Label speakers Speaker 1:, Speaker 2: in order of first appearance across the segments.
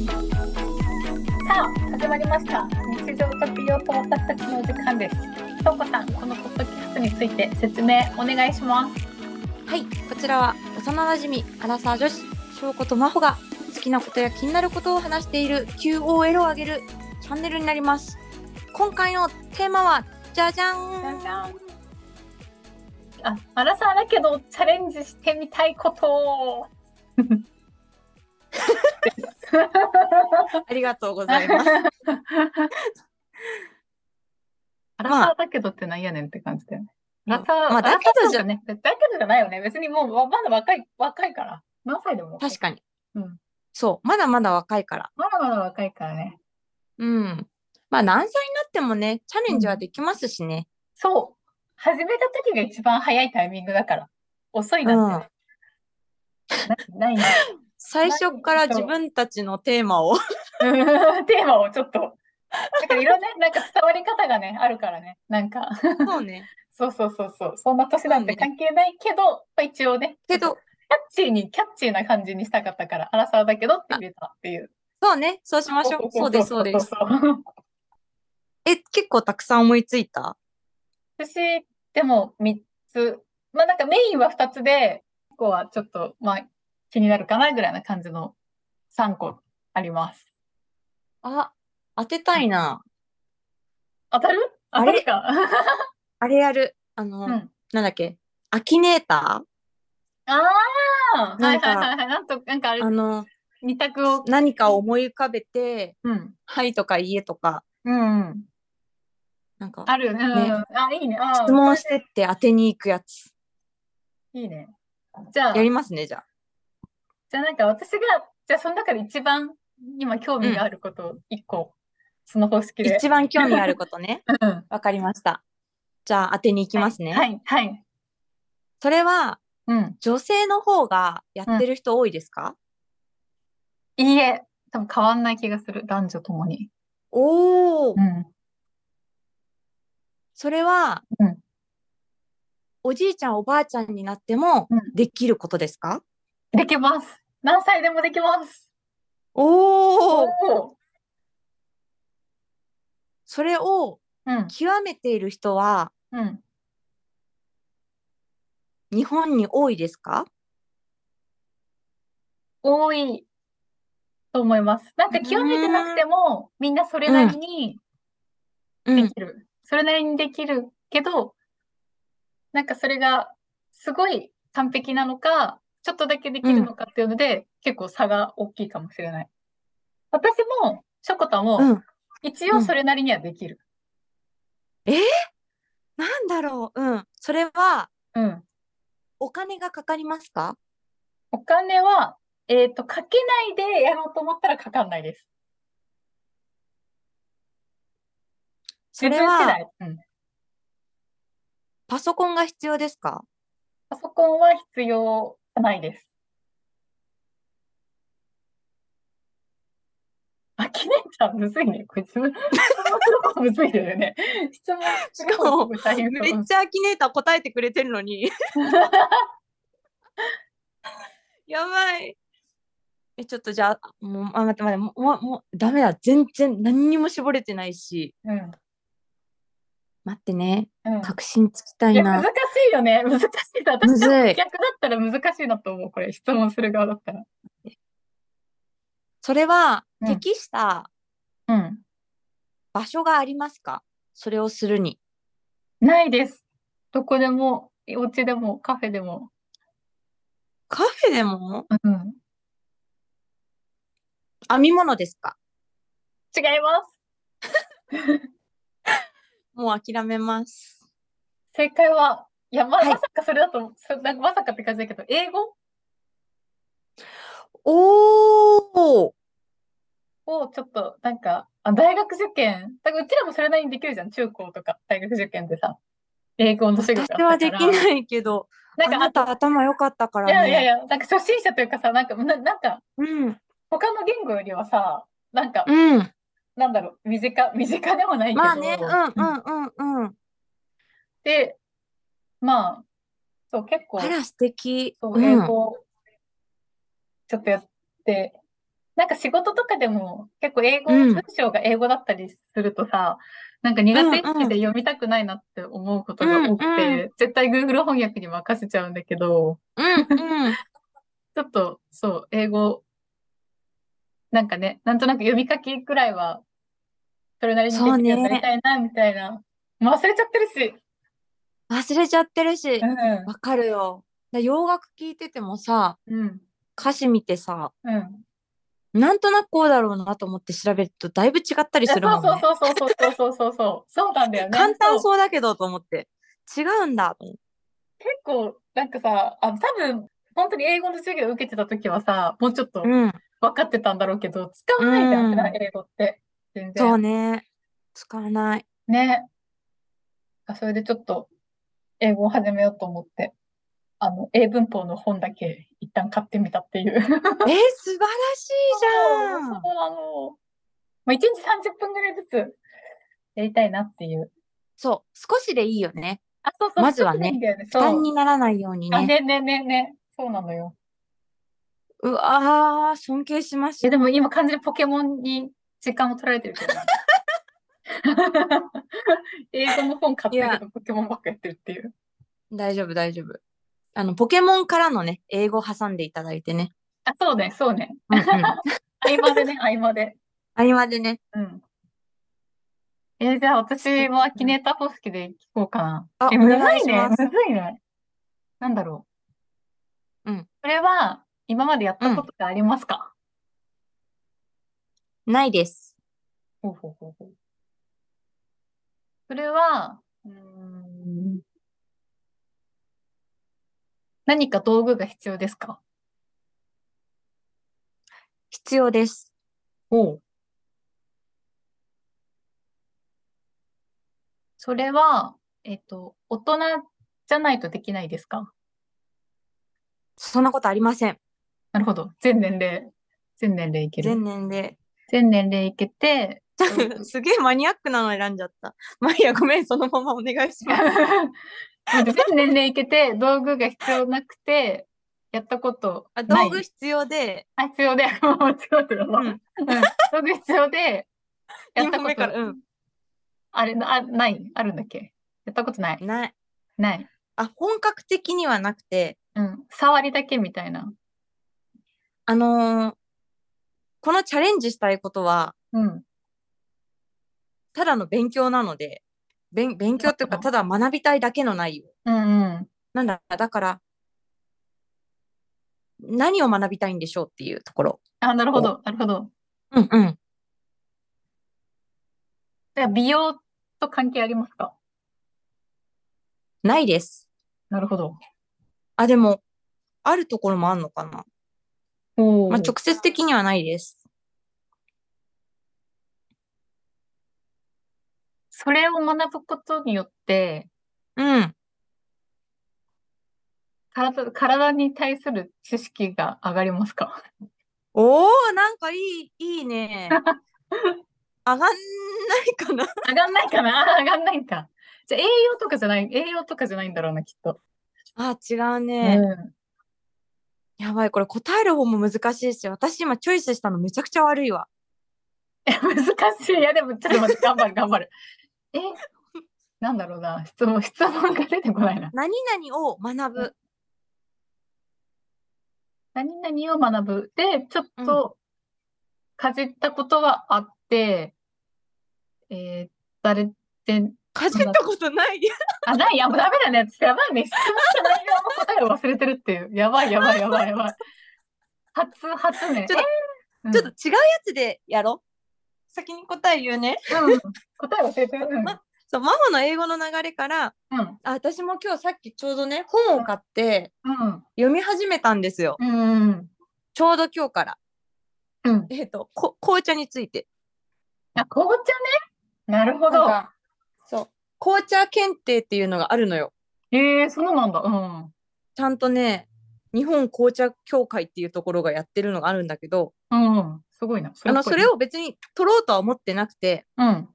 Speaker 1: さあ始まりました日常と美容と私たちのお時間ですひとこさんこのポッドキャストについて説明お願いします
Speaker 2: はい、こちらは幼馴染みアラサー女子翔子と真帆が好きなことや気になることを話している QOL を上げるチャンネルになります。今回のテーマはじゃじゃ
Speaker 1: じゃじ
Speaker 2: ん。
Speaker 1: ゃんあ、アラサーだけどチャレンジしてみたい ことです
Speaker 2: ありがとうござい ます。
Speaker 1: アラサーだけどってなんやねんって感じだよね。
Speaker 2: まあ
Speaker 1: アラサー、
Speaker 2: まあだけどじゃ
Speaker 1: アラサーなんかね。だけどじゃないよね。別にもうわまだ若い、若いから。何歳でも。
Speaker 2: 確かに。
Speaker 1: うん
Speaker 2: そう、まだまだ若いから。
Speaker 1: まだまだ若いからね。
Speaker 2: うん。まあ何歳になってもね、チャレンジはできますしね。
Speaker 1: そう。始めた時が一番早いタイミングだから。遅いなんて。ないない
Speaker 2: 最初から自分たちのテーマを
Speaker 1: な。 テーマをちょっと。だからい ろんな、なんか伝わり方がね、あるからね。なんか。
Speaker 2: そう ね。
Speaker 1: そうそうそうそう。そんな年なんて関係ないけど、まあ一応ね。
Speaker 2: けど、
Speaker 1: キャッチーに、キャッチーな感じにしたかったから、アラサーだけどって入れたっていう。
Speaker 2: そうね。そうしましょう。そうです、そうです。
Speaker 1: そう
Speaker 2: え、結構たくさん思いついた
Speaker 1: 私、でも3つ。まあなんかメインは2つで、1個はちょっと、まあ気になるかなぐらいな感じの3個あります。
Speaker 2: あ、当てたいな。
Speaker 1: 当たる当
Speaker 2: あ
Speaker 1: た
Speaker 2: れ
Speaker 1: るか。
Speaker 2: あれやる。あ
Speaker 1: う
Speaker 2: の、
Speaker 1: ん。
Speaker 2: なんだっけ。アキネータ
Speaker 1: ああは
Speaker 2: ないんか
Speaker 1: はいはいはい。なんと、なんかあれ
Speaker 2: ーあ、の、
Speaker 1: 2択を。
Speaker 2: 何か思い浮かべて、
Speaker 1: うん。
Speaker 2: はいとかいいえとか、
Speaker 1: うんうん。
Speaker 2: なんか、
Speaker 1: あるよね。うん
Speaker 2: ね
Speaker 1: あ、いいね。あー
Speaker 2: 質問してって当てに行くやつ。
Speaker 1: いいね。じゃあ、
Speaker 2: やりますね、じゃあ。
Speaker 1: じゃあなんか私が、じゃあその中で一番今興味があることを一個、その方式で。
Speaker 2: 一番興味あること ね。
Speaker 1: 番
Speaker 2: わかりました。じゃあ当てに行きますね。
Speaker 1: はい、はい。
Speaker 2: それは、
Speaker 1: うん。
Speaker 2: 女性の方がやってる人多いですか、
Speaker 1: いいえ、多分変わんない気がする。男女ともに。
Speaker 2: おお、
Speaker 1: うん。
Speaker 2: それは、
Speaker 1: うん
Speaker 2: おじいちゃん、おばあちゃんになっても
Speaker 1: うん
Speaker 2: できることですか、
Speaker 1: できます。何歳でもできます。
Speaker 2: おお、
Speaker 1: おー
Speaker 2: それを
Speaker 1: うん。
Speaker 2: 極めている人は、
Speaker 1: うん。
Speaker 2: 日本に多いですか
Speaker 1: 多いと思います。なんか極めてなくても、みんなそれなりに
Speaker 2: う
Speaker 1: できる。それなりにできるけど、なんかそれがすごい完璧なのか、ちょっとだけできるのかっていうので、結構差が大きいかもしれない。私も、しょこた
Speaker 2: う
Speaker 1: も、
Speaker 2: ん。
Speaker 1: 一応それなりにはできる。
Speaker 2: なんだろう。うん。それは、
Speaker 1: うん。
Speaker 2: お金がかかりますか
Speaker 1: お金は、えっと、かけないでやろうと思ったらかかんないです。
Speaker 2: それ
Speaker 1: 自分次
Speaker 2: は、
Speaker 1: 第。うん。
Speaker 2: パソコンが必要ですか
Speaker 1: パソコンは必要ないです。あきねちゃんむずいね。これ自分、質 問する方むずいだよね。質問する方が大変
Speaker 2: め
Speaker 1: そう
Speaker 2: っちゃアキネーター答えてくれてるのに。やばい。え、ちょっとじゃあ、もう、あ、待って待って、もう、もうもう、ダメだ。全然何にも絞れてないし。
Speaker 1: うん。
Speaker 2: 待ってね。
Speaker 1: うん。
Speaker 2: 確信つきた
Speaker 1: い
Speaker 2: い
Speaker 1: や、難
Speaker 2: な
Speaker 1: し。いよね。難しいと。
Speaker 2: む
Speaker 1: 私
Speaker 2: ず
Speaker 1: 多分
Speaker 2: い
Speaker 1: 逆だったら難しいなと思う。これ、質問する側だったら。
Speaker 2: それは、
Speaker 1: うん
Speaker 2: 適した
Speaker 1: うん。
Speaker 2: 場所がありますかそれをするに。
Speaker 1: ないです。どこでも、お家でも、カフェでも。
Speaker 2: カフェでも
Speaker 1: うん。
Speaker 2: 編み物ですか
Speaker 1: 違います。
Speaker 2: もう諦めます。
Speaker 1: 正解は、いや、ま、
Speaker 2: はい
Speaker 1: まさかそれだと、そなんかまさかって感じだけど、英語
Speaker 2: おお、
Speaker 1: をちょっとなんかあ大学受験だからうちらもそれなりにできるじゃん中高とか大学受験でさ英語の授業が
Speaker 2: 私
Speaker 1: あ
Speaker 2: は
Speaker 1: った
Speaker 2: で
Speaker 1: か
Speaker 2: き
Speaker 1: ら
Speaker 2: ないけど、あ
Speaker 1: なんか
Speaker 2: なた頭良かったか
Speaker 1: あ
Speaker 2: ら
Speaker 1: い
Speaker 2: ね。
Speaker 1: やいやいやなんか初心者というかさなんかななんか
Speaker 2: うん、
Speaker 1: 他の言語よりはさなんか、
Speaker 2: うん、
Speaker 1: なんだろう身近身近でもないけど
Speaker 2: まあね、うん、うん、うん、うん。
Speaker 1: でまあそう結構
Speaker 2: あら、素敵。
Speaker 1: そうう英
Speaker 2: ん、
Speaker 1: 語ちょっとやってなんか仕事とかでも結構英語、
Speaker 2: うん
Speaker 1: 文章が英語だったりするとさ、なんか苦手意識で読みたくないなって思うことが多く
Speaker 2: うんう
Speaker 1: て、絶対 Google 翻訳に任せちゃうんだけど、
Speaker 2: うん、うん。
Speaker 1: ちょっと、そう、英語、なんかね、なんとなく読み書きくらいは、それなりにできるようになりたいな、みたいな。もう忘れちゃってるし。
Speaker 2: 忘れちゃってるし
Speaker 1: う、
Speaker 2: わかるよ。だ洋楽聴いててもさ、
Speaker 1: ん。うん。
Speaker 2: 歌詞見てさ、
Speaker 1: うん。
Speaker 2: なんとなくこうだろうなと思って調べるとだいぶ違ったりするもんね。
Speaker 1: そうそうそうそうそうそうそうそう。そうなんだよね。
Speaker 2: 簡単
Speaker 1: そう。
Speaker 2: そうだけどと思って、違うんだと思って。
Speaker 1: 結構、なんかさ、あ、多分、本当に英語の授業を受けてた時はさ、もうちょっと
Speaker 2: うん、
Speaker 1: 分かってたんだろうけど、使わないじゃん、
Speaker 2: うん
Speaker 1: 普段英語って。全
Speaker 2: そう
Speaker 1: 然。
Speaker 2: ね。使わ ない。
Speaker 1: ね。あそれでちょっと、英語を始めようと思って、あの、英文法の本だけ一旦買ってみたっていう。
Speaker 2: えー、素晴らしいじゃん。
Speaker 1: そうなの。もう1日30分ぐらいずつやりたいなっていう。
Speaker 2: そう、少しでいいよね。
Speaker 1: あ、そうそう、
Speaker 2: まずはね
Speaker 1: そうなんだよね、
Speaker 2: 負
Speaker 1: そう。
Speaker 2: 担にならないように
Speaker 1: あ、
Speaker 2: ね。
Speaker 1: ねねねね。そうなのよ。
Speaker 2: うわー、尊敬しま
Speaker 1: い
Speaker 2: す
Speaker 1: や、。でも今完全にポケモンに時間を取られてるけど な。英語の本買ってるけど、ポケモンばっかやってるっていう。
Speaker 2: 大丈夫、大丈夫。あの、ポケモンからのね、英語挟んでいただいてね。
Speaker 1: あ、そうね、そうね。
Speaker 2: う んうん、
Speaker 1: 合間 でね、合間で。
Speaker 2: 合間でね。
Speaker 1: うん。えーじゃあ私もアキネーター方式で聞こうかな。
Speaker 2: あ
Speaker 1: え、
Speaker 2: お
Speaker 1: むず
Speaker 2: 願い
Speaker 1: い
Speaker 2: し
Speaker 1: ね。
Speaker 2: ます
Speaker 1: むずいね。なんだろう。
Speaker 2: うん。
Speaker 1: これは、今までやったことがありますか
Speaker 2: ないです。
Speaker 1: ほうほうほうほう。それは、うーん。何か道具が必要ですか
Speaker 2: 必要です。
Speaker 1: おう。それは、えっと、大人じゃないとできないですか
Speaker 2: そんなことありません。
Speaker 1: なるほど。全年齢。全年齢いける。
Speaker 2: 全年で。
Speaker 1: 全年齢いけて、
Speaker 2: すげえマニアックなの選んじゃった。マリア、ごめん、そのままお願いします。
Speaker 1: 全年齢いけて、道具が必要なくて、やったこと
Speaker 2: あ
Speaker 1: ない。
Speaker 2: 道具必要で、
Speaker 1: あ、必要で、 もう違うってな
Speaker 2: うん
Speaker 1: うん道具必要で、やった
Speaker 2: 二本
Speaker 1: こ
Speaker 2: 目
Speaker 1: と
Speaker 2: から、うん。
Speaker 1: あれ、あ、ないあるんだっけやったことない。
Speaker 2: ない。
Speaker 1: ない。
Speaker 2: あ、本格的にはなくて、
Speaker 1: うん。触りだけみたいな。
Speaker 2: あのーこのチャレンジしたいことは、
Speaker 1: うん。
Speaker 2: ただの勉強なので、勉勉強というか、
Speaker 1: な
Speaker 2: ただ学びたいだけの内容。
Speaker 1: うんうん。
Speaker 2: なんだ、だから、何を学びたいんでしょうっていうところ。
Speaker 1: あ、なるほど。なるほど。
Speaker 2: うんうん。
Speaker 1: では美容と関係ありますか
Speaker 2: ないです。
Speaker 1: なるほど。
Speaker 2: あ、でも、あるところもあんのかな。
Speaker 1: お
Speaker 2: まあ、直接的にはないです。
Speaker 1: それを学ぶことによって、
Speaker 2: うん。
Speaker 1: 体、体に対する知識が上がりますか
Speaker 2: おー、なんかいい、い いね。上がんないかな。
Speaker 1: 上がんないかなあ ー上がんないんか。じゃあ栄養とかじゃない、栄養とかじゃないんだろうな、きっと。
Speaker 2: あ、違う
Speaker 1: う
Speaker 2: ね。
Speaker 1: ん。
Speaker 2: やばい、これ答える方も難しいし、私今チョイスしたのめちゃくちゃ悪いわ。
Speaker 1: 難しい。いや、でもちょっと待って、頑張る、頑張る。え、なんだろうな。質問、質問が出てこないな。
Speaker 2: 何々を学ぶ。
Speaker 1: 何々を学ぶ。で、ちょっと、かじったことはあって、えー、誰で、
Speaker 2: かじったことない。
Speaker 1: あ、ない、や、もうダメだね。やばいね。質問した内容の答えを忘れてるっていう。やばい、やばい、やばい、やばい。初、初ね。
Speaker 2: ちょっと
Speaker 1: えー
Speaker 2: ちょっと違うやつでやろう。先に答え言うね。
Speaker 1: うん、うん答え忘れてる。うん
Speaker 2: まそう、マホの英語の流れから、
Speaker 1: うん、
Speaker 2: あ私も今日さっきちょうどね、本を買って
Speaker 1: うん、
Speaker 2: 読み始めたんですよ。
Speaker 1: うん、うん
Speaker 2: ちょうど今日から。
Speaker 1: うん。
Speaker 2: えっ、とこ、紅茶について。
Speaker 1: あ、紅茶ね。なるほ
Speaker 2: なん
Speaker 1: ど。
Speaker 2: かそう、紅茶検定っていうのがあるのよ。
Speaker 1: ええそうなんだ。うん。
Speaker 2: ちゃんとね、日本紅茶協会っていうところがやってるのがあるんだけど、
Speaker 1: うん、すごいな。そ
Speaker 2: あの、
Speaker 1: っぽ
Speaker 2: そ
Speaker 1: いね
Speaker 2: れ。を別に取ろうとは思ってなくて、
Speaker 1: うん。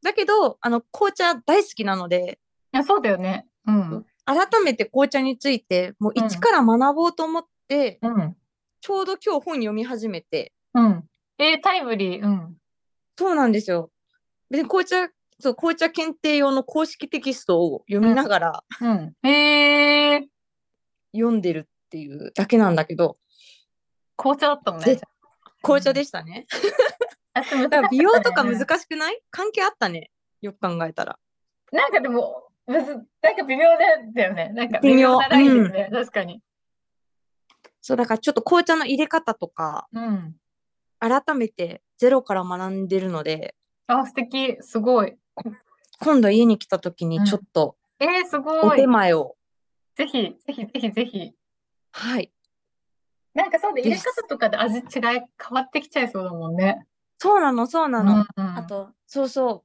Speaker 2: だけど、あの、紅茶大好きなので、
Speaker 1: いや、そうだよね。うん。
Speaker 2: 改めて紅茶についてもう
Speaker 1: うん
Speaker 2: 一から学ぼうと思って、
Speaker 1: うん。
Speaker 2: ちょうど今日本読み始めて
Speaker 1: うん。えータイムリー。うん。
Speaker 2: そうなんですよ。別に紅茶、そう、紅茶検定用の公式テキストを読みながら
Speaker 1: うん。えー、
Speaker 2: 読んでるっていうだけなんだけど、
Speaker 1: 紅茶だったもんね。
Speaker 2: ぜ紅茶でしたね。
Speaker 1: あ、でも
Speaker 2: だから美容とか難
Speaker 1: 難しかっ
Speaker 2: しくない関係あったね。よく考えたら。
Speaker 1: たねなんかでも、むずなんか微妙なんだよね。なんか
Speaker 2: 微妙
Speaker 1: なラインですね。確かに。
Speaker 2: そう、だからちょっと紅茶の入れ方とか、
Speaker 1: うん。
Speaker 2: 改めてゼロから学んでるので、
Speaker 1: あ、素敵。すごい。
Speaker 2: 今度家に来た時
Speaker 1: う
Speaker 2: に
Speaker 1: ん
Speaker 2: ちょっと
Speaker 1: えー、す
Speaker 2: お
Speaker 1: ごい
Speaker 2: 手。前を、
Speaker 1: ぜひ、ぜひ、ぜひ、ぜひ。
Speaker 2: はい。
Speaker 1: なんかそうで、入れ
Speaker 2: です
Speaker 1: 方とかで味違い変わってきちゃいそうだもんね。
Speaker 2: そうなの、そうな
Speaker 1: あ
Speaker 2: の。あ
Speaker 1: あ、
Speaker 2: と、そうそう。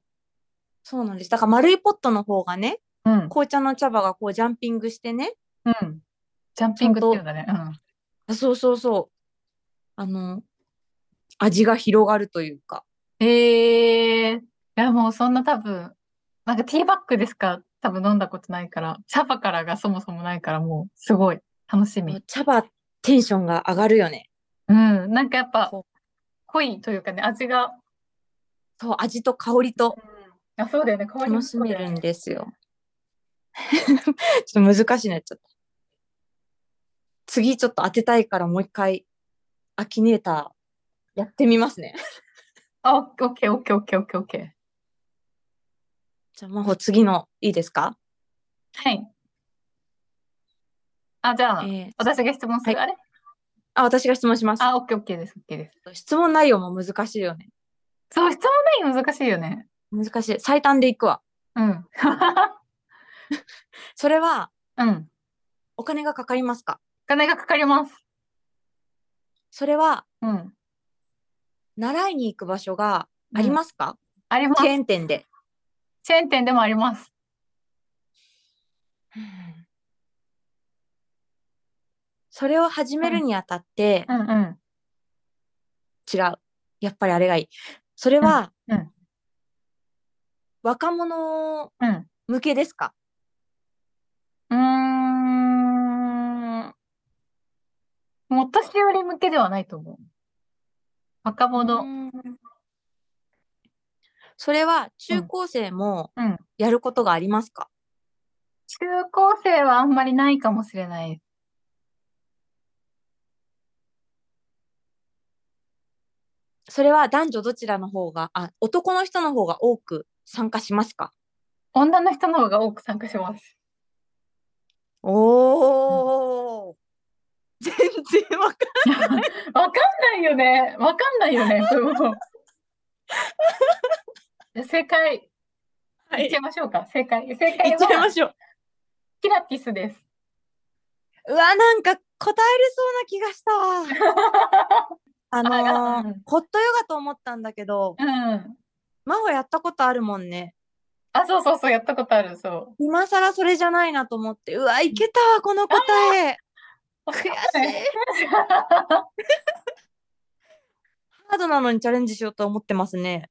Speaker 2: そうなんです。だから丸いポットの方がね、
Speaker 1: うん、
Speaker 2: 紅茶の茶葉がこうジャンピングしてね、
Speaker 1: うん。ジャンピングっていうんだね。うん。
Speaker 2: あそうそうそう。あの、味が広がるというか。
Speaker 1: ええいやもうそんな多分、なんかティーバッグでしか多分飲んだことないから、茶葉からがそもそもないからもうすごい楽しみ。
Speaker 2: 茶葉、テンションが上がるよね。
Speaker 1: うん、なんかやっぱ
Speaker 2: そう
Speaker 1: 濃いというかね、味が、
Speaker 2: そう、味と香りと
Speaker 1: あ、そうだよね、香りも
Speaker 2: 楽し
Speaker 1: そう
Speaker 2: め
Speaker 1: だよ
Speaker 2: る
Speaker 1: ね
Speaker 2: んですよ。 ちょっと難しいなっちゃった。次ちょっと当てたいからもう一回、アキネーターやってみますね。
Speaker 1: あ、オッオッケー、オッケー、オッケー、オッケー、オッケー。
Speaker 2: じゃあ、真帆次のいいですか
Speaker 1: はい。あ、じゃあ、
Speaker 2: えー
Speaker 1: 私が質問する、あれ
Speaker 2: あ、私が質問します。
Speaker 1: あ、オッケー、オッケーです、オッケーです。
Speaker 2: 質問内容も難しいよね。
Speaker 1: そう、質問内容難しいよね。
Speaker 2: 難しい。最短でいくわ。
Speaker 1: うん。
Speaker 2: それは、
Speaker 1: うん。
Speaker 2: お金がかかりますか
Speaker 1: お金がかかります。
Speaker 2: それは、
Speaker 1: うん。
Speaker 2: 習いに行く場所がありますか、
Speaker 1: あります。
Speaker 2: チェーン店で。
Speaker 1: チェーン店でもあります。
Speaker 2: それを始めるにあたって、
Speaker 1: うんうん。
Speaker 2: 違う。やっぱりあれがいい。それは、
Speaker 1: うんうん
Speaker 2: 若者
Speaker 1: うん。
Speaker 2: 向けですか
Speaker 1: うーん。もうお年寄り向けではないと思う。若者。
Speaker 2: それは中高生も
Speaker 1: うん
Speaker 2: やることがありますか、
Speaker 1: 中高生はあんまりないかもしれない。
Speaker 2: それは男女どちらの方があ男の人の方が多く参加しますか
Speaker 1: 女の人の方が多く参加します。
Speaker 2: おお、全然わかん
Speaker 1: わかんないよね。わかんないよね。こういうこと 正解、
Speaker 2: ない
Speaker 1: っちゃいましょうか。正解。正
Speaker 2: い
Speaker 1: 解
Speaker 2: っちゃい
Speaker 1: は
Speaker 2: ましょう。
Speaker 1: ピラティスです。
Speaker 2: うわ、なんか答えれそうな気がしたわ。あの
Speaker 1: あう
Speaker 2: ー
Speaker 1: ん、
Speaker 2: ホットヨガと思ったんだけど、
Speaker 1: うん。
Speaker 2: 真帆やったことあるもんね。
Speaker 1: あ、そうそうそう、やったことある。そう。
Speaker 2: 今更それじゃないなと思って、うわ、いけたわ、この答え。
Speaker 1: 悔しい。
Speaker 2: ハードなのにチャレンジしようと思ってますね。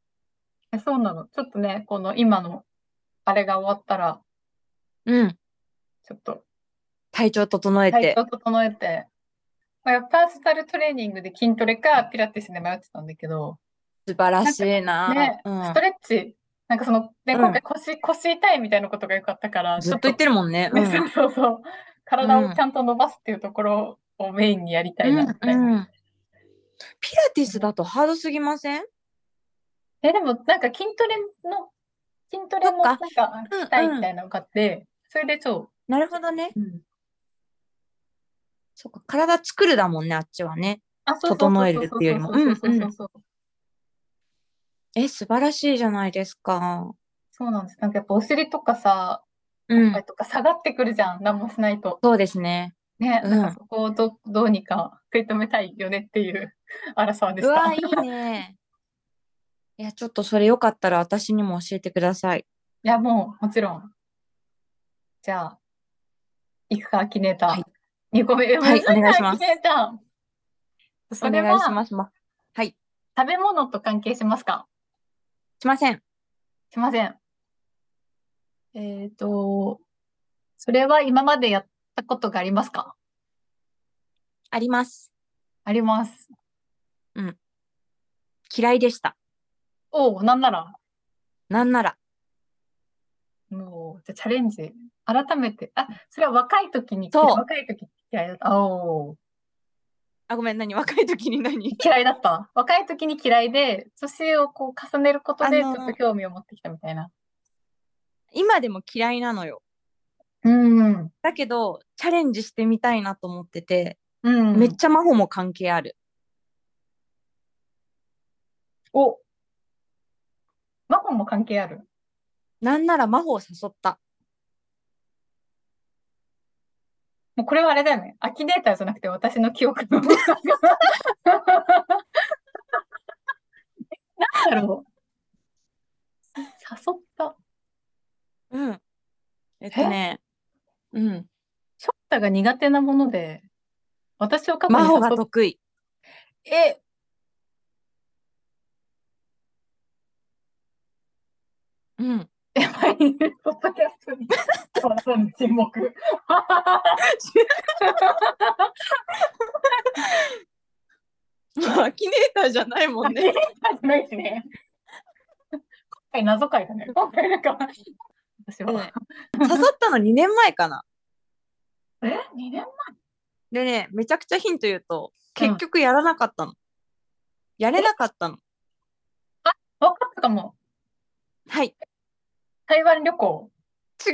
Speaker 1: え そうなの。ちょっとね、この今のあれが終わったら、
Speaker 2: うん。
Speaker 1: ちょっと
Speaker 2: 体調整え
Speaker 1: 体
Speaker 2: て。
Speaker 1: 調整えて、まあ、パーソナルトレーニングで筋トレかピラティスで迷ってたんだけど、
Speaker 2: 素晴らしいな。
Speaker 1: ね、
Speaker 2: うん
Speaker 1: ストレッチ、なんかその、ね、
Speaker 2: うん
Speaker 1: 今回腰、腰痛いみたいなことが良かったから、
Speaker 2: ずっと言って
Speaker 1: る、
Speaker 2: るもんね。
Speaker 1: ね そうそうそう、体をちゃんと伸ばすっていうところをメインにやりた
Speaker 2: う
Speaker 1: い
Speaker 2: ん。
Speaker 1: な、
Speaker 2: うん
Speaker 1: みたいな。
Speaker 2: うんピラティスだとハードすぎません
Speaker 1: え、でもなんか筋トレの、筋トレも
Speaker 2: そ
Speaker 1: なん
Speaker 2: っ
Speaker 1: か
Speaker 2: か
Speaker 1: したいみたいなのがあって、それで超、
Speaker 2: なるほどね。
Speaker 1: うん
Speaker 2: そっか、体作るだもんね、あっちはね。
Speaker 1: あ、そうそうそう
Speaker 2: 整えるっていうよりも
Speaker 1: そうそうそう
Speaker 2: うん
Speaker 1: そううんそう。
Speaker 2: え、素晴らしいじゃないですか。
Speaker 1: そうなんです。なんかやっぱお尻とかさ、
Speaker 2: う
Speaker 1: あれ。とか下がってくるじゃん。何もしないと。
Speaker 2: そうですね。
Speaker 1: ね、
Speaker 2: うん
Speaker 1: なんかそこをど、どうにか食い止めたいよねっていう 荒さで
Speaker 2: う
Speaker 1: し
Speaker 2: わ、
Speaker 1: た
Speaker 2: い。いね。いや、ちょっとそれよかったら私にも教えてください。
Speaker 1: いや、もう、もちろん。じゃあ、行くか、アキネータ
Speaker 2: は
Speaker 1: ー
Speaker 2: い。
Speaker 1: 2個目。え
Speaker 2: はい
Speaker 1: むずな
Speaker 2: お願いします
Speaker 1: アキネーター。そ
Speaker 2: お
Speaker 1: れ
Speaker 2: 願いし
Speaker 1: は、
Speaker 2: ます。まはい。
Speaker 1: 食べ物と関係しますか
Speaker 2: しません。
Speaker 1: しません。えっと、それは今までやったことがありますか
Speaker 2: あります。
Speaker 1: あります。
Speaker 2: うん。嫌いでした。
Speaker 1: おうなんなら、
Speaker 2: なんなら、
Speaker 1: もう、じゃあチャレンジ、改めて、あ、それは若い時に、
Speaker 2: そう
Speaker 1: 若い時嫌いだった。おー
Speaker 2: あ、ごめん、何 若い時に何
Speaker 1: 嫌いだった。若い時に嫌いで、年をこう重ねることで、ち
Speaker 2: あのー
Speaker 1: ょっと興味を持ってきたみたいな。
Speaker 2: 今でも嫌いなのよ。
Speaker 1: うん。
Speaker 2: だけど、チャレンジしてみたいなと思ってて、
Speaker 1: うん。
Speaker 2: めっちゃ真帆も関係ある。
Speaker 1: お。マホも関係ある。
Speaker 2: なんなら真帆を誘った。
Speaker 1: もうこれはあれだよね。アキネーターじゃなくて私の記憶の。なんだろう。誘った。
Speaker 2: うん。えっとね、うん。
Speaker 1: 翔太が苦手なもので、私を過去に
Speaker 2: 真
Speaker 1: 誘
Speaker 2: 帆
Speaker 1: っ
Speaker 2: が得意。
Speaker 1: え
Speaker 2: うん。
Speaker 1: やばい、ポッドキャストに。その沈黙。
Speaker 2: ア キネーターじゃないも
Speaker 1: ア
Speaker 2: ん
Speaker 1: キネー
Speaker 2: ね。
Speaker 1: ターじゃないしね。 今回謎解だね。今回なんか、私は。
Speaker 2: 誘ったの2年前かな。
Speaker 1: え ?2 年
Speaker 2: でね、めちゃくちゃヒント言うと、
Speaker 1: うん
Speaker 2: 結局やらなかったの。やれなかったの。
Speaker 1: わかったかも。
Speaker 2: はい。
Speaker 1: 台湾旅行。
Speaker 2: 苦手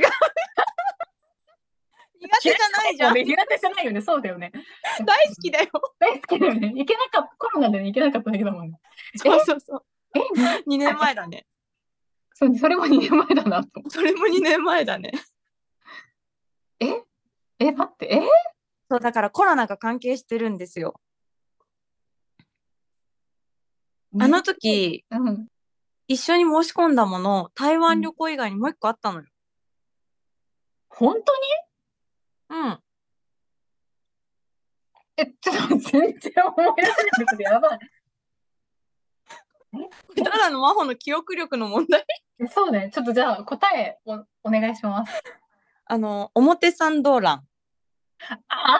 Speaker 2: じゃないじゃん。
Speaker 1: 苦手じゃないよね。そうだよね。
Speaker 2: 大好きだよ。
Speaker 1: 大好きだよね。行けなかった、コロナでね行けなかっただけだもんね。
Speaker 2: そうそうそう。
Speaker 1: え、
Speaker 2: 2年前だね。
Speaker 1: そうそれも2年前だなと。
Speaker 2: それも2年前だね。
Speaker 1: え、待って、え
Speaker 2: そう、だからコロナが関係してるんですよ。あの、時、
Speaker 1: うん。
Speaker 2: 一緒に申し込んだもの、台湾旅行以外にもう一個あったのよ。
Speaker 1: 本当に
Speaker 2: うん。
Speaker 1: え、ちょっと 全然思い出せないけど、やばい。
Speaker 2: ただの真帆の記憶力の問題。
Speaker 1: えそうね。ちょっとじゃあ答えをお願いします。
Speaker 2: あの、表参道欄。
Speaker 1: ああ、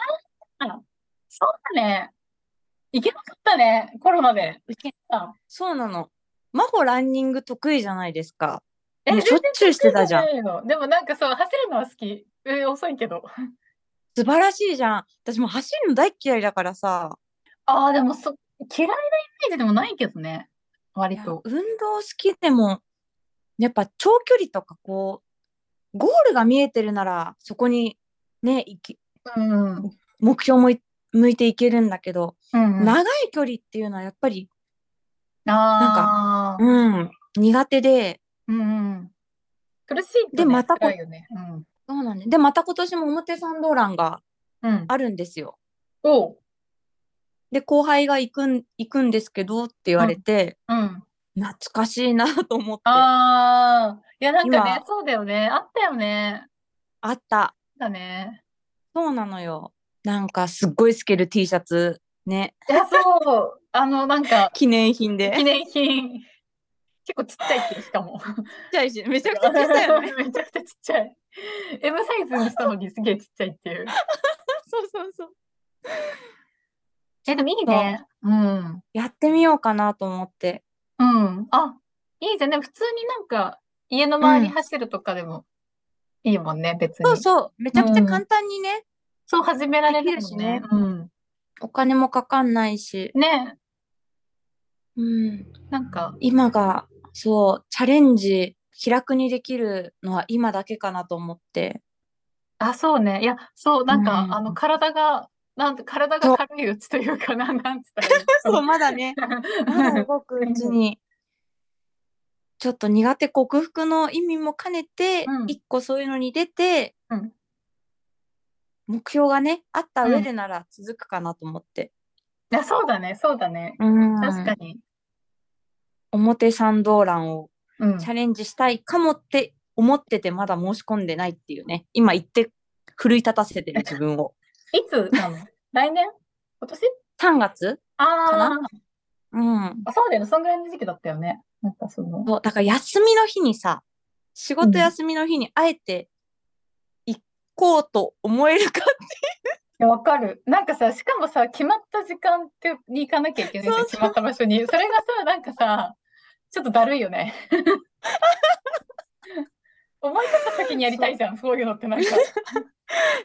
Speaker 1: そうだね。行けなかったね、コロナで。あ
Speaker 2: そうなの。真帆ランニング得意じゃないですか。
Speaker 1: え
Speaker 2: もうしょっちゅうしてたじゃん。
Speaker 1: 全然ないのでもなんかそう、走るのは好き。え遅いけど。
Speaker 2: 素晴らしいじゃん。私もう走るの大っ嫌いだからさ。
Speaker 1: ああ、でもそ、嫌いなイメージでもないけどね。割と。
Speaker 2: 運動好きでも、やっぱ長距離とかこう、ゴールが見えてるなら、そこにね、行き
Speaker 1: うん。うん
Speaker 2: 目標もい向いていけるんだけど、
Speaker 1: うん。
Speaker 2: 長い距離っていうのはやっぱり、
Speaker 1: ああ、
Speaker 2: うん、苦手で、
Speaker 1: うんうん。苦しいと
Speaker 2: で
Speaker 1: ね
Speaker 2: またこ
Speaker 1: 辛いよね。うん。
Speaker 2: そうなんね。で、また今年も表参道欄が
Speaker 1: うん。
Speaker 2: あるんですよ。
Speaker 1: おう。
Speaker 2: で、後輩が行くん、行くんですけどって言われて、
Speaker 1: うん。
Speaker 2: 懐かしいなと思って、あ
Speaker 1: ああ、いや、なんかね、
Speaker 2: 今
Speaker 1: そうだよね。あったよね。
Speaker 2: った。
Speaker 1: だね。
Speaker 2: そうなのよ。なんかすっごい透ける T シャツ、ね、
Speaker 1: いや、そう。あの、なんか、
Speaker 2: 記念品で。
Speaker 1: 記念品。結構ちっちゃいけど、しかも。
Speaker 2: ちっちゃいし、めちゃ
Speaker 1: め
Speaker 2: くちゃ小さいよね。
Speaker 1: めちゃくちゃちっちゃい。M サイズにしたのにすげえちっちゃいっていう。
Speaker 2: そうそうそう。
Speaker 1: え、でもいいね。うん。
Speaker 2: やってみようかなと思って。
Speaker 1: うん。あ、いいじゃん。でも普通になんか、家の周り
Speaker 2: うん
Speaker 1: 走るとかでもいいもんね、別に。
Speaker 2: そうそう、めちゃくちゃ簡単にね、
Speaker 1: そう始められ
Speaker 2: でき
Speaker 1: る
Speaker 2: る
Speaker 1: もん
Speaker 2: し
Speaker 1: ね
Speaker 2: ね。
Speaker 1: うん。
Speaker 2: お金もかかんないし、
Speaker 1: ね、
Speaker 2: うん、
Speaker 1: なんか、
Speaker 2: 今がそうチャレンジ気楽にできるのは今だけかなと思って。
Speaker 1: あ、そうね。いや、そう、なんか、
Speaker 2: うん
Speaker 1: あの、体が、なんて、体
Speaker 2: そ
Speaker 1: が
Speaker 2: う
Speaker 1: 軽いうちというかな、なんつったらいい
Speaker 2: そうまだね、まだ
Speaker 1: の
Speaker 2: 動くうちに。ちょっと苦手克服の意味も兼ねて、
Speaker 1: うん
Speaker 2: 一個そういうのに出て、
Speaker 1: うん
Speaker 2: 目標がねあった上でなら続くかなと思って、
Speaker 1: いや、そうだね、そうだね。
Speaker 2: うん
Speaker 1: 確かに。
Speaker 2: 表参道欄を
Speaker 1: うん。
Speaker 2: チャレンジしたいかもって思っててまだ申し込んでないっていうね今言って奮い立たせてる自分を
Speaker 1: いつなの来年今年
Speaker 2: 3月
Speaker 1: あ
Speaker 2: なうん
Speaker 1: あ、そうだよね。そんぐらいの時期だったよね。なんかその、
Speaker 2: そうだから休みの日にさ仕事休みの日にあえて行こうと思えるか、
Speaker 1: やわかる。なんかさ、しかもさ、決まった時間ってに行かなきゃいけないじゃん
Speaker 2: そうそう
Speaker 1: 決まった場所に。それがさ、なんかさ、ちょっとだるいよ ね。思い立った時にやりたいじゃん、そういうのってなんか。い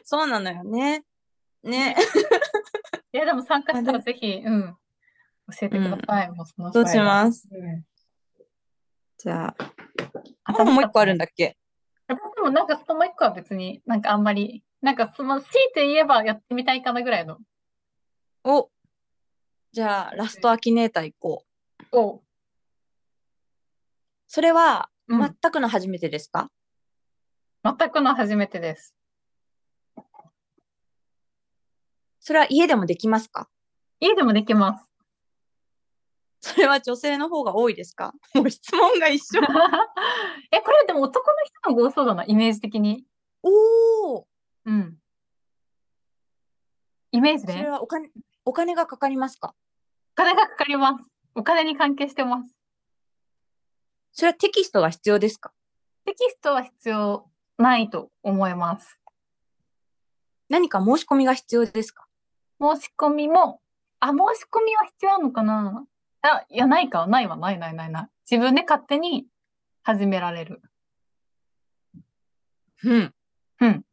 Speaker 2: そうなのよね。ね。
Speaker 1: や、でも参加した
Speaker 2: あ
Speaker 1: ら
Speaker 2: で
Speaker 1: ぜひ、うん、教えてください。もうその
Speaker 2: どうし
Speaker 1: す
Speaker 2: ます
Speaker 1: うん
Speaker 2: じゃあ、
Speaker 1: あ
Speaker 2: 本もう一個あるんだっけ
Speaker 1: 私でもなんかそのもう一個は別になんかあんまり、なんかその強いて言えばやってみたいかなぐらいの。
Speaker 2: おじゃあ、ラストアキネーター行こう。
Speaker 1: お
Speaker 2: それは、
Speaker 1: うん
Speaker 2: 全くの初めてですか、
Speaker 1: 全くの初めてです。
Speaker 2: それは家でもできますか
Speaker 1: 家でもできます。
Speaker 2: それは女性の方が多いですか もう質問が一緒。
Speaker 1: え、これでも男の人の方が多そうだな、イメージ的に。
Speaker 2: おお
Speaker 1: うん。イメージ
Speaker 2: それ
Speaker 1: ね。
Speaker 2: はお金、お金がかかりますか
Speaker 1: お金がかかります。お金に関係してます。
Speaker 2: それはテキストが必要ですか
Speaker 1: テキストは必要ないと思います。
Speaker 2: 何か申し込みが必要ですか
Speaker 1: 申し込みも、あ、申し込みは必要なのかなあ、いや、ないか。ないわ。ないないないない。自分で勝手に始められる。
Speaker 2: うん。
Speaker 1: うん。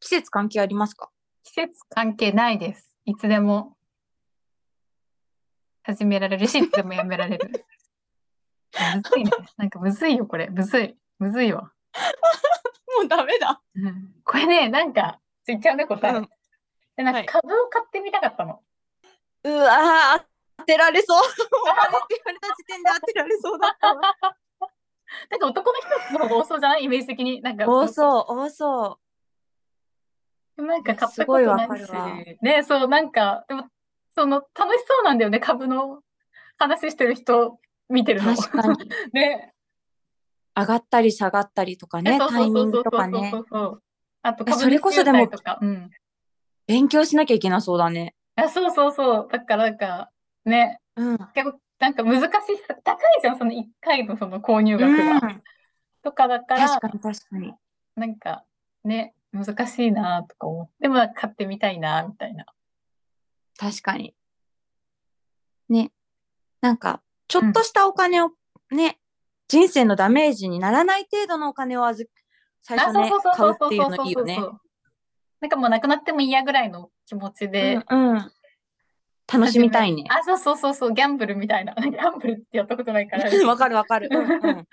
Speaker 2: 季節関係ありますか
Speaker 1: 季節関係ないです。いつでも始められるし、いつでもやめられる。 むずいね。なんかむずいよ、これ。むずい。むずいわ。
Speaker 2: もうダメだ。
Speaker 1: うんこれね、なんか、ちょ言っちゃうね、答え。
Speaker 2: うん
Speaker 1: でなんか
Speaker 2: はい
Speaker 1: 株を買ってみたかったの。
Speaker 2: うわー当てられそう。お金って言われた時点で当てられそうだったわ。
Speaker 1: なんか男の人の方が多そうじゃないイメージ的に。なんか、
Speaker 2: 多そう、多そ
Speaker 1: なんか買っ
Speaker 2: す
Speaker 1: た
Speaker 2: ご
Speaker 1: こ
Speaker 2: い
Speaker 1: とな
Speaker 2: わか
Speaker 1: い
Speaker 2: る
Speaker 1: し
Speaker 2: わ。
Speaker 1: ね、そう、なんか、でも、その、楽しそうなんだよね、株の話してる人見て
Speaker 2: う。
Speaker 1: るの。
Speaker 2: 確かに。
Speaker 1: ね。
Speaker 2: 上がったり下がったりとかね、
Speaker 1: そう
Speaker 2: タ
Speaker 1: そう
Speaker 2: イ
Speaker 1: そ
Speaker 2: ミ
Speaker 1: う
Speaker 2: ン
Speaker 1: そ
Speaker 2: グ
Speaker 1: うそ
Speaker 2: と
Speaker 1: う
Speaker 2: か
Speaker 1: そうそ
Speaker 2: ね
Speaker 1: う。そう。あと、
Speaker 2: え
Speaker 1: 株
Speaker 2: それこそ
Speaker 1: 主優
Speaker 2: でも
Speaker 1: 待とか。うん。
Speaker 2: 勉強しなきゃいけなそうだね。
Speaker 1: あ、そうそうそう。だから、なんか、ね、
Speaker 2: うん。
Speaker 1: 結構、なんか難しい、高いじゃん、その1回のその購入額
Speaker 2: うん
Speaker 1: が。とかだから、
Speaker 2: 確かに確かに。
Speaker 1: なんか、ね、難しいなとか思って、でも、買ってみたいなみたいな。
Speaker 2: 確かに。ね。なんか、ちょっとしたお金を、ね、人生のダメージにならない程度のお金を預最
Speaker 1: あ、
Speaker 2: 初
Speaker 1: そう
Speaker 2: ね
Speaker 1: そう、そう
Speaker 2: 買うっ
Speaker 1: そう
Speaker 2: てい
Speaker 1: そうう
Speaker 2: のいい
Speaker 1: そ
Speaker 2: よ
Speaker 1: う
Speaker 2: ね
Speaker 1: そ。う。なんかもうなくなっても嫌ぐらいの気持ちで、
Speaker 2: うん、うん。楽しみたいね。
Speaker 1: あ、そうそうそうそう、ギャンブルみたいな。ギ ャンブルってやったことない から。
Speaker 2: わかるわかる。うんうん、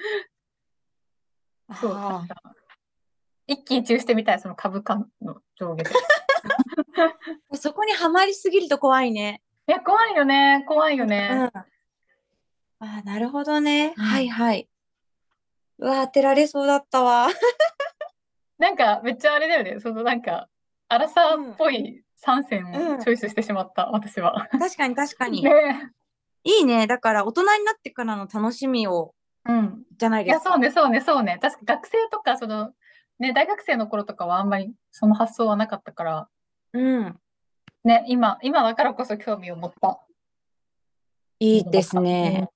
Speaker 1: そう、
Speaker 2: あー
Speaker 1: 一喜一憂してみたい、その株価の上下で。
Speaker 2: そこにはまりすぎると怖いね。
Speaker 1: いや、怖いよね、怖いよ
Speaker 2: うん。
Speaker 1: ね。
Speaker 2: あーなるほどね。
Speaker 1: うん
Speaker 2: はいはい。うわ、当てられそうだっ たわ。
Speaker 1: なんか、めっちゃあれだよね、そのなんか、アラサーっぽい3選
Speaker 2: う
Speaker 1: を
Speaker 2: ん
Speaker 1: チョイスしてしまった、私は。
Speaker 2: 確かに確かに。
Speaker 1: ね
Speaker 2: いいね。だから、大人になってからの楽しみを、
Speaker 1: うん。
Speaker 2: じゃない
Speaker 1: い
Speaker 2: で
Speaker 1: や、
Speaker 2: す
Speaker 1: そう
Speaker 2: か。
Speaker 1: ね、そうね、そうね。確か学生とか、その、ね、大学生の頃とかはあんまりその発想はなかったから、
Speaker 2: うん。
Speaker 1: ね、今、今だからこそ興味を持った。
Speaker 2: いいですね。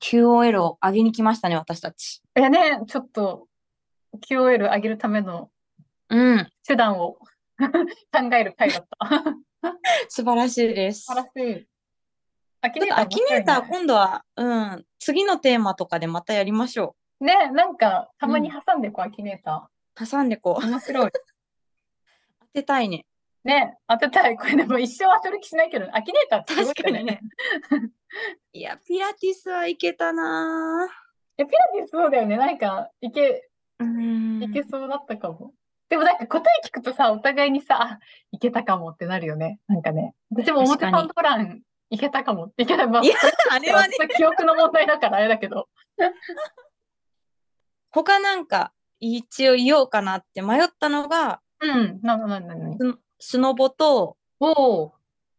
Speaker 2: QOL を上げに来ましたね、私たち。
Speaker 1: うん。いやね、ちょっと、QOL 上げるための
Speaker 2: うん。
Speaker 1: 手段を 考える回だった。
Speaker 2: 素晴らしいです。
Speaker 1: 素晴らしい。アキ
Speaker 2: ちょっ
Speaker 1: ネーター
Speaker 2: とアキネーター、
Speaker 1: 面白い
Speaker 2: 今度は、うん、次のテーマとかでまたやりましょ
Speaker 1: ねね、なんか、たまに挟んでこう、アキネータ
Speaker 2: う。挟んでこう。
Speaker 1: ー。面白い。
Speaker 2: 当てたいね。
Speaker 1: ね、当てたい。これでも一生当てる気しないけど、アキネーターってすごいよ
Speaker 2: 確かにね。いや、ピラティスはいけたない
Speaker 1: や、ピラティスそうだよね。なんか、いけ、
Speaker 2: ぁうん
Speaker 1: いけそうだったかも。でもなんか答え聞くとさ、お互いにさ、あ、いけたかもってなるよね。なんかね。私も表
Speaker 2: 確か
Speaker 1: 参
Speaker 2: に
Speaker 1: 道ラン、いけたかも。いけたまあ
Speaker 2: いや、あれはね、
Speaker 1: 私の記憶の問題だからあれだけど。
Speaker 2: 他なんか、一応言おうかなって迷ったのが、
Speaker 1: うん、ななななな。
Speaker 2: スノスノボと、
Speaker 1: おお。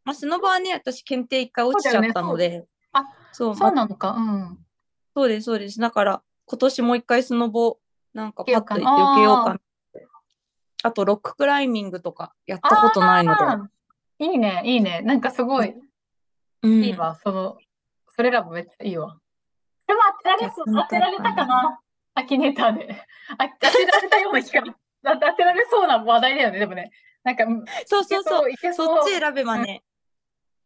Speaker 2: まあ、スノボはね、私、検定一回落ちちゃったので、
Speaker 1: だよね
Speaker 2: そう
Speaker 1: そうなのか。うん。
Speaker 2: そうです、そうです。だから、今年もう一回スノボ、なんかパッと行って
Speaker 1: 受けようかな
Speaker 2: 受けようかなって。あと、ロッククライミングとかやったことないので。
Speaker 1: あーいいね、いいね。なんかすごい、
Speaker 2: うん
Speaker 1: いいわ。その、それらもめっちゃいいわ。でも当てられそう、
Speaker 2: い や
Speaker 1: 当てられたかなアキネーターで。あ当てられたような気が。だ当てられそうな話題だよね、でもね。なんか、うん
Speaker 2: そうそうそう。
Speaker 1: いけそう
Speaker 2: そっ
Speaker 1: いけ
Speaker 2: ち
Speaker 1: そう
Speaker 2: 選べばね、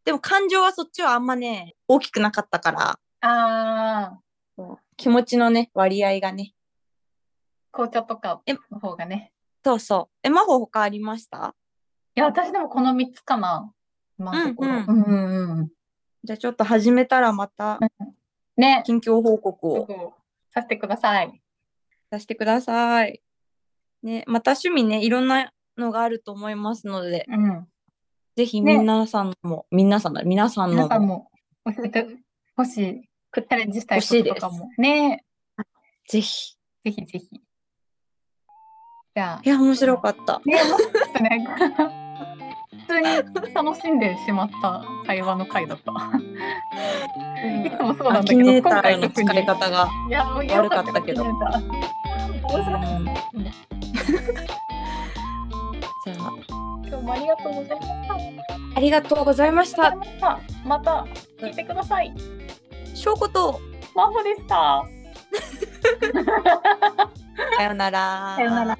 Speaker 2: でも感情はそっちはあんまね、大きくなかったから、
Speaker 1: ああ、
Speaker 2: 気持ちのね、割合がね。
Speaker 1: 紅茶とか
Speaker 2: え
Speaker 1: の方がね。
Speaker 2: そうそう。え、魔法他ありました
Speaker 1: いや、私でもこの3つかな。今のところ。
Speaker 2: うん
Speaker 1: うんうんうん。
Speaker 2: じゃあちょっと始めたらまた、
Speaker 1: ね。
Speaker 2: 近況報告を
Speaker 1: させてください。
Speaker 2: させてください。ね、また趣味ね、いろんなのがあると思いますので、
Speaker 1: うん。
Speaker 2: ぜひ
Speaker 1: ね
Speaker 2: 皆さんも、皆さんだ、皆さんの
Speaker 1: 皆さん
Speaker 2: も、
Speaker 1: も教えてほしい。チャレンジしたいこ
Speaker 2: 欲しい
Speaker 1: と
Speaker 2: です
Speaker 1: とかも。ね。
Speaker 2: ぜひ。
Speaker 1: ぜひぜひ。じゃあ
Speaker 2: い。や、面白かった。
Speaker 1: ね、もうちょっとね、 普通に楽しんでしまった会話の回だった。いつもそうな
Speaker 2: ア
Speaker 1: んだ
Speaker 2: キ
Speaker 1: け
Speaker 2: ネ
Speaker 1: ど、
Speaker 2: ータ
Speaker 1: 今回
Speaker 2: ーの
Speaker 1: 特
Speaker 2: 疲
Speaker 1: に。
Speaker 2: れ
Speaker 1: い
Speaker 2: 方が。
Speaker 1: や、
Speaker 2: 悪かったけど
Speaker 1: 面白かった。
Speaker 2: うん じゃあ、
Speaker 1: 今日もありがとうございました。
Speaker 2: ありがとうございまし
Speaker 1: あ
Speaker 2: た
Speaker 1: り。がとうございました。また聞いてください。
Speaker 2: しょうこと、
Speaker 1: マ ホでした。
Speaker 2: さよなら。
Speaker 1: さよなら。